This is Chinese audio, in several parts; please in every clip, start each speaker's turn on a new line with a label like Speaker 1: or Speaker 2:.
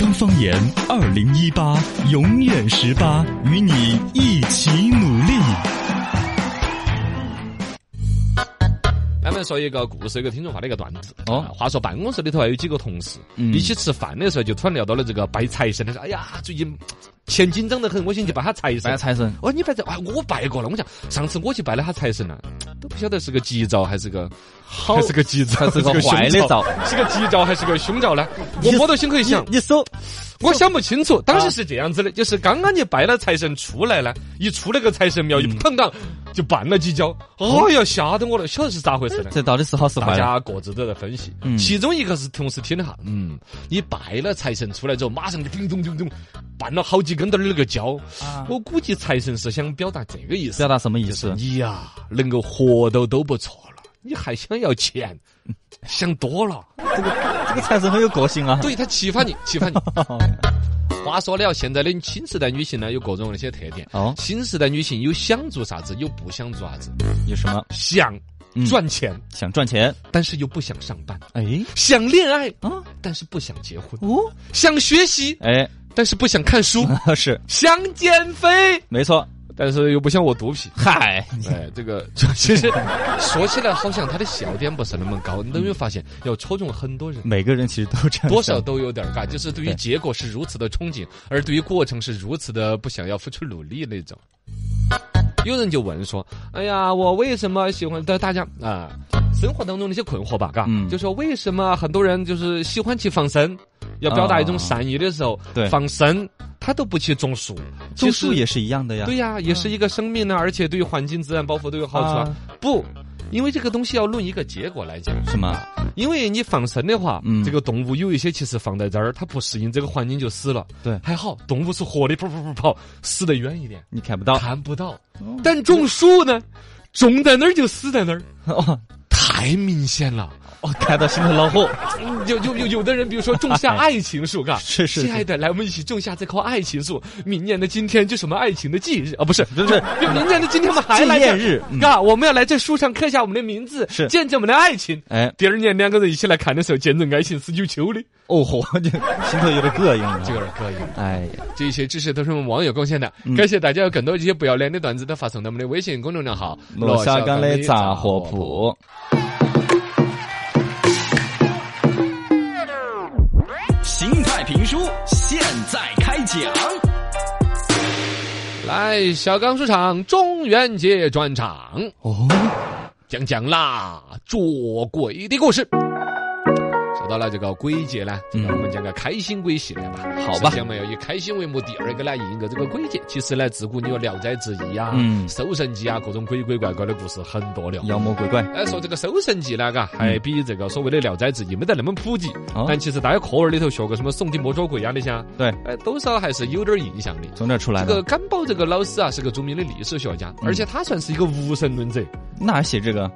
Speaker 1: 安方言二零一八永远十八，与你一起努力。
Speaker 2: 慢慢说一个故事，一个听众发了一个段子。
Speaker 1: 哦
Speaker 2: 啊话说办公室里头还有几个同事，
Speaker 1: 嗯
Speaker 2: 一起吃饭的时候就突然聊到了这个拜财神。他说：“哎呀，最近钱紧张得很，我想去拜下财神。”
Speaker 1: 财神，
Speaker 2: 哦，你拜这啊？我拜过了。我讲上次我去拜了下财神了，都不晓得是个吉兆还是个
Speaker 1: 好
Speaker 2: 还是个吉兆，还
Speaker 1: 是个坏的
Speaker 2: 凶
Speaker 1: 兆，
Speaker 2: 是个吉兆还是个凶兆呢？我摸到心口一 想，
Speaker 1: 你啊手
Speaker 2: 我想不清楚。当时是这样子的，就是刚刚你拜了财神出来呢，一出那个财神
Speaker 1: 嗯
Speaker 2: 庙，一碰当就绊了几跤。哎呀，吓得我了，晓得是咋回事呢？
Speaker 1: 这到底是好是
Speaker 2: 大
Speaker 1: 坏？
Speaker 2: 家各自都在分析，
Speaker 1: 嗯
Speaker 2: 其中一个是同事听了哈，嗯，你拜了财神出来之后，马上就叮咚叮咚，绊了好几根的那个跤。
Speaker 1: 啊
Speaker 2: 我估计财神是想表达这个意思
Speaker 1: 表，达什么意
Speaker 2: 就是
Speaker 1: 思？
Speaker 2: 你呀、能够活到都不错了，你还想要钱， 想多了，
Speaker 1: 这个财神很有个性啊！
Speaker 2: 对他启发你，启 发你。话说了，现在的新时代女性呢，有各种那些特点。
Speaker 1: 哦，
Speaker 2: 新时代女性有想做啥子，有不想做啥子，
Speaker 1: 有什么
Speaker 2: 想
Speaker 1: 嗯
Speaker 2: 赚钱，
Speaker 1: 想赚钱？
Speaker 2: 但是又不想上班；
Speaker 1: 哎
Speaker 2: 想恋爱，
Speaker 1: 啊
Speaker 2: 但是不想结婚；
Speaker 1: 哦，
Speaker 2: 想学习，
Speaker 1: 哎，
Speaker 2: 但是不想看书；
Speaker 1: 是
Speaker 2: 想减肥，
Speaker 1: 没错。
Speaker 2: 但是又不想我毒品。
Speaker 1: 嗨，
Speaker 2: 哎，这个 就其实说起来，好像他的笑点不是那么高。你有没有发现，要戳中很多人？
Speaker 1: 每个人其实都 这样想，
Speaker 2: 多少都有点儿尬，就是对于
Speaker 1: 对
Speaker 2: 结果是如此的憧憬，而对于过程是如此的不想要付出努力那种。有人就问说：“哎呀，我为什么喜欢？”大大家啊、生活当中那些困惑吧，嘎，
Speaker 1: 嗯
Speaker 2: 就说为什么很多人就是喜欢去放生，要表达一种
Speaker 1: 啊
Speaker 2: 善意的时候，
Speaker 1: 对
Speaker 2: 放生他都不去种树，
Speaker 1: 种
Speaker 2: 其
Speaker 1: 树
Speaker 2: 实
Speaker 1: 也啊是一样的呀。
Speaker 2: 对呀、也是一个生命呢，啊而且对于环境、自然保护都有好处啊。不，因为这个东西要论一个结果来讲，
Speaker 1: 什么？
Speaker 2: 因为你放生的话，
Speaker 1: 嗯
Speaker 2: 这个动物有一些其实放在这儿，它不适应这个环境就死了。
Speaker 1: 对
Speaker 2: 还好动物是活的，噗噗噗跑，死得远一点，
Speaker 1: 你看不到
Speaker 2: 看不到
Speaker 1: 啊哦。
Speaker 2: 但种树呢，种在那儿就死在那儿，
Speaker 1: 哦，
Speaker 2: 太明显了。
Speaker 1: 哦，看到心头 恼火。
Speaker 2: 嗯有有有有的人，比如说种下爱情树，嘎，
Speaker 1: 是是是
Speaker 2: 亲爱的，来我们一起种下这棵爱情树。明年的今天就是我们爱情的忌日啊，不是
Speaker 1: 不是不是
Speaker 2: 就明年的今天我们还来
Speaker 1: 纪
Speaker 2: 这
Speaker 1: 念日嗯
Speaker 2: 嘎，我们要来这树上刻下我们的名字，
Speaker 1: 是
Speaker 2: 见证我们的爱情。
Speaker 1: 哎，
Speaker 2: 第二年两个人一起来看的时候，见证爱情是有求的，
Speaker 1: 哦 豁，就心头有点膈应
Speaker 2: 这个
Speaker 1: 了。
Speaker 2: 人可以。
Speaker 1: 哎呀，
Speaker 2: 这些知识都是我们网友贡献的，感谢大家有更多这些不要脸的段子都发送到我们的微信公众账号“
Speaker 1: 罗小刚的杂货
Speaker 2: 货铺
Speaker 1: 铺。
Speaker 3: 心态评书现在开讲。”。
Speaker 2: 来，小刚出场，中元节专场。
Speaker 1: 哦，
Speaker 2: 讲讲啦捉鬼的故事。说到了这个鬼节呢，这个
Speaker 1: 嗯
Speaker 2: 我们讲个开心鬼系列吧。
Speaker 1: 好
Speaker 2: 首
Speaker 1: 吧
Speaker 2: 先我们要以开心为目的，二个呢应个这个鬼节。其实呢，自古你有《聊斋志异》啊，
Speaker 1: 嗯
Speaker 2: 搜神记》啊，各种鬼鬼怪怪的故事很多了。
Speaker 1: 妖魔鬼怪。
Speaker 2: 哎，说这个《搜神记》呢，嘎，还比这个所谓的《聊斋志异》没得那么普及。
Speaker 1: 嗯哦
Speaker 2: 但其实大家课文里头学过什么宋体摸捉鬼啊那些啊，
Speaker 1: 对
Speaker 2: 哎，多少还是有点印象的。
Speaker 1: 从这儿出来
Speaker 2: 这个
Speaker 1: 的，
Speaker 2: 甘宝这个老师啊，是个著名的历史学家，
Speaker 1: 嗯
Speaker 2: 而且他算是一个无神论 者。
Speaker 1: 哪儿写这个？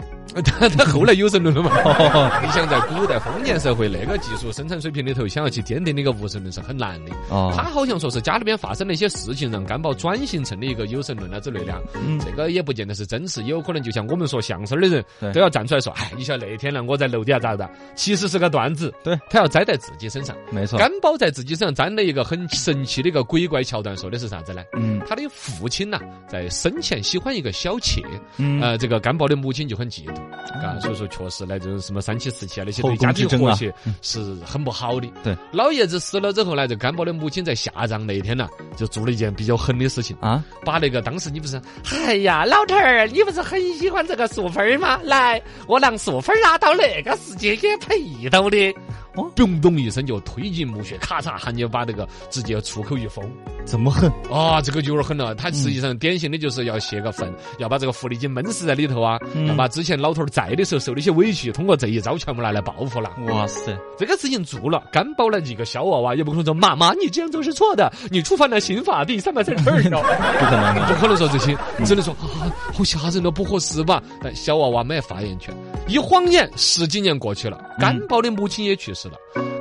Speaker 2: 他他后来有神论了嘛？
Speaker 1: 哦
Speaker 2: 你想在古代封建社会那个技术生产水平里头，想要去奠定那个无神论是很难的。他
Speaker 1: 哦，
Speaker 2: 好像说是家里边发生了一些事情，让甘宝转型成了一个有神论啊之类的啊。
Speaker 1: 嗯
Speaker 2: 这个也不见得是真实，也有可能就像我们说相声的
Speaker 1: 对
Speaker 2: 人都要站出来说：“哎，你晓得那天呢，我在楼底下咋咋，其实是个段子。”
Speaker 1: 对，
Speaker 2: 他要栽在自己身上。
Speaker 1: 没错。
Speaker 2: 甘宝在自己身上沾了一个很神奇的一个鬼怪桥段，说的是啥子呢？
Speaker 1: 嗯
Speaker 2: 他的父亲呐、在生前喜欢一个小妾，
Speaker 1: 嗯，
Speaker 2: 呃，这个甘宝的母亲就很嫉妒，啊，所以说确实呢，这种什么三妻四妾啊那些
Speaker 1: 后
Speaker 2: 对
Speaker 1: 宫
Speaker 2: 家
Speaker 1: 之
Speaker 2: 庭
Speaker 1: 争
Speaker 2: 和
Speaker 1: 啊
Speaker 2: 谐是很不好的。
Speaker 1: 对，
Speaker 2: 老爷子死了之后呢，这甘宝的母亲在下葬那一天呢，就做了一件比较狠的事情，
Speaker 1: 啊，
Speaker 2: 把那个当时你不是，哎呀，老头儿，你不是很喜欢这个素芬儿吗？来，我让素芬儿拿到那个世界给配到的。
Speaker 1: 哦
Speaker 2: 咚咚一声就推进墓穴，咔嚓，喊你把那个直接出口一封。
Speaker 1: 怎么恨？
Speaker 2: 啊、这个就有点狠了。他实际上典型的就是要泄个愤，要把这个狐狸精闷死在里头啊，
Speaker 1: 嗯
Speaker 2: 要把之前老头儿在的时候受的一些委屈，通过这一招全部拿来报复了。
Speaker 1: 哇塞，
Speaker 2: 这个事情做了，甘宝呢几个小娃娃也不可能说妈妈你这样做是错的，你触犯了刑法第三百三十二条。
Speaker 1: 不可 能的。
Speaker 2: 不可能说这些，只能说啊，好吓人了，不合适吧？但小娃娃没发言权，一晃眼十几年过去了，甘宝的母亲也去世了，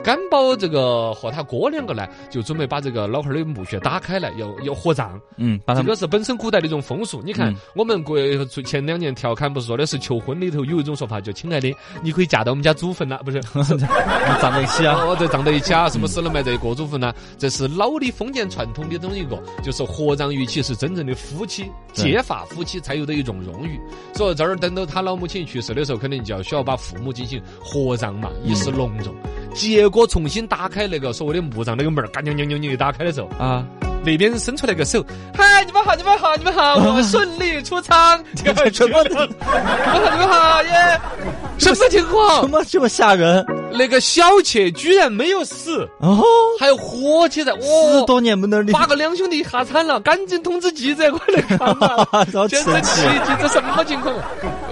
Speaker 2: 干宝这个和他哥两个呢，就准备把这个脑壳儿的墓穴打开来，要要合葬。
Speaker 3: 嗯，把
Speaker 2: 这
Speaker 3: 他们
Speaker 2: 个是本身古代的一种风俗。你看
Speaker 3: 嗯，
Speaker 2: 我们国最前两年调侃不是说的是求婚里头有一种说法，叫“亲爱的，你可以嫁到我们家祖坟了”， 不是？
Speaker 3: 站在一起啊，
Speaker 2: 哦，这葬到一起啊，什么死了埋在一锅祖坟呢？这是老的封建传统的这么一个，就是合葬一起是真正的夫妻，
Speaker 3: 对
Speaker 2: 结发夫妻才有的一种荣誉。所以这儿等到他老母亲去世的时候，肯定就要需要把父母进行合葬嘛，以示隆重。结果重新打开那个所谓的墓葬那个门儿，嘎扭扭扭扭一打开的时候，
Speaker 3: 啊，
Speaker 2: 那边伸出来个手，嗨，你们好，你们好，你们 好，我顺利出仓， 你们好，
Speaker 3: 什么
Speaker 2: 你们好耶！什么情
Speaker 3: 什
Speaker 2: 况？
Speaker 3: 么这么吓人？
Speaker 2: 那个小妾居然没有死，
Speaker 3: 哦，
Speaker 2: 还有火起来，哇、
Speaker 3: 十多年没能力，
Speaker 2: 把个两兄弟吓惨了，赶紧通知记者快来看 嘛！
Speaker 3: 好
Speaker 2: 简
Speaker 3: 神
Speaker 2: 直奇
Speaker 3: 奇，啊
Speaker 2: 迹，这什么情况？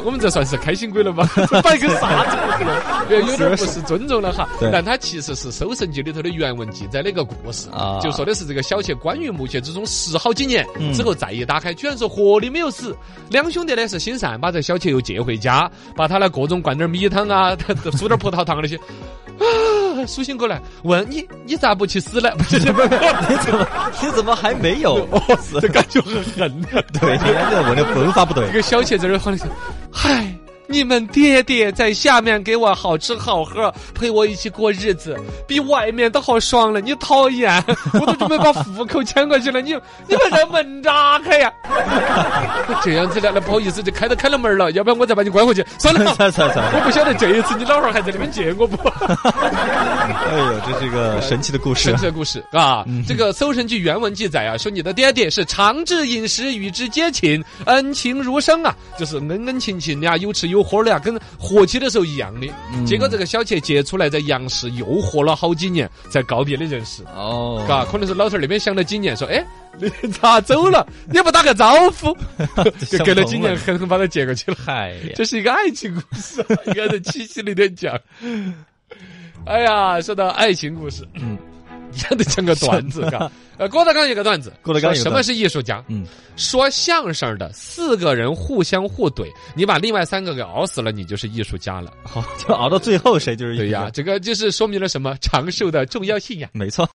Speaker 2: 我们这算是开心鬼了吧？ 这摆个啥子故事了？有有点不是尊重了哈
Speaker 3: 对。
Speaker 2: 但它其实是《搜神记》里头的原文记载的一个故事
Speaker 3: 啊，
Speaker 2: 就说的是这个小妾关于墓穴之中死好几年
Speaker 3: 嗯
Speaker 2: 之后再一打开，居然是活的没有死。两兄弟呢是心善，把这小妾又接回家，把他呢各种灌点米汤啊， 煮点葡萄糖那些。啊，苏醒过来，问你你咋不去死呢？ 不是不是，
Speaker 3: 你怎么你怎么还没 有？
Speaker 2: 这感觉很狠。
Speaker 3: 对，你看这我的文法不对，
Speaker 2: 一，个小姐在这晃了想，嗨，你们爹爹在下面给我好吃好喝，陪我一起过日子，比外面都好爽了。你讨厌，我都准备把户口迁过去了，你你把这门打开呀！这样子的，那不好意思，这开都开了门了，要不然我再把你关回去。算 了
Speaker 1: 哎
Speaker 3: 算算算，
Speaker 2: 我不晓得这一次你老汉儿还在那边见我不？
Speaker 3: 哎呦，这是一嗯个神奇的故事
Speaker 2: 神奇。的故事啊！这个《搜神记》原文记载啊，说你的爹爹是长治饮食，与之皆勤，恩情如生啊，就是恩恩情情的呀，有吃有喝的呀，跟活起的时候一样的。
Speaker 3: 嗯
Speaker 2: 结果这个小妾结出来，在杨氏又活了好几年，才告别的人世。
Speaker 3: 哦
Speaker 2: 嘎，可能是老头儿那边想了几年，说，哎， 你咋走了？你也不打个招 呼，就隔了几年，
Speaker 3: 啊
Speaker 2: 狠狠把他接过去了。
Speaker 3: 嗨 呀，
Speaker 2: 这是一个爱情故事，应该在七夕那天 讲。哎呀，说到爱情故事，嗯
Speaker 3: 嗯，
Speaker 2: 真的讲个段子， 嘎。呃，郭德纲有个段子，
Speaker 3: 郭德纲有个
Speaker 2: 说什么
Speaker 3: 段
Speaker 2: 是艺术家？
Speaker 3: 嗯，
Speaker 2: 说相声的四个人互相互怼，你把另外三个给熬死了，你就是艺术家了。
Speaker 3: 好，就熬到最后谁就是
Speaker 2: 对呀，，这个就是说明了什么长寿的重要性呀。
Speaker 3: 没错。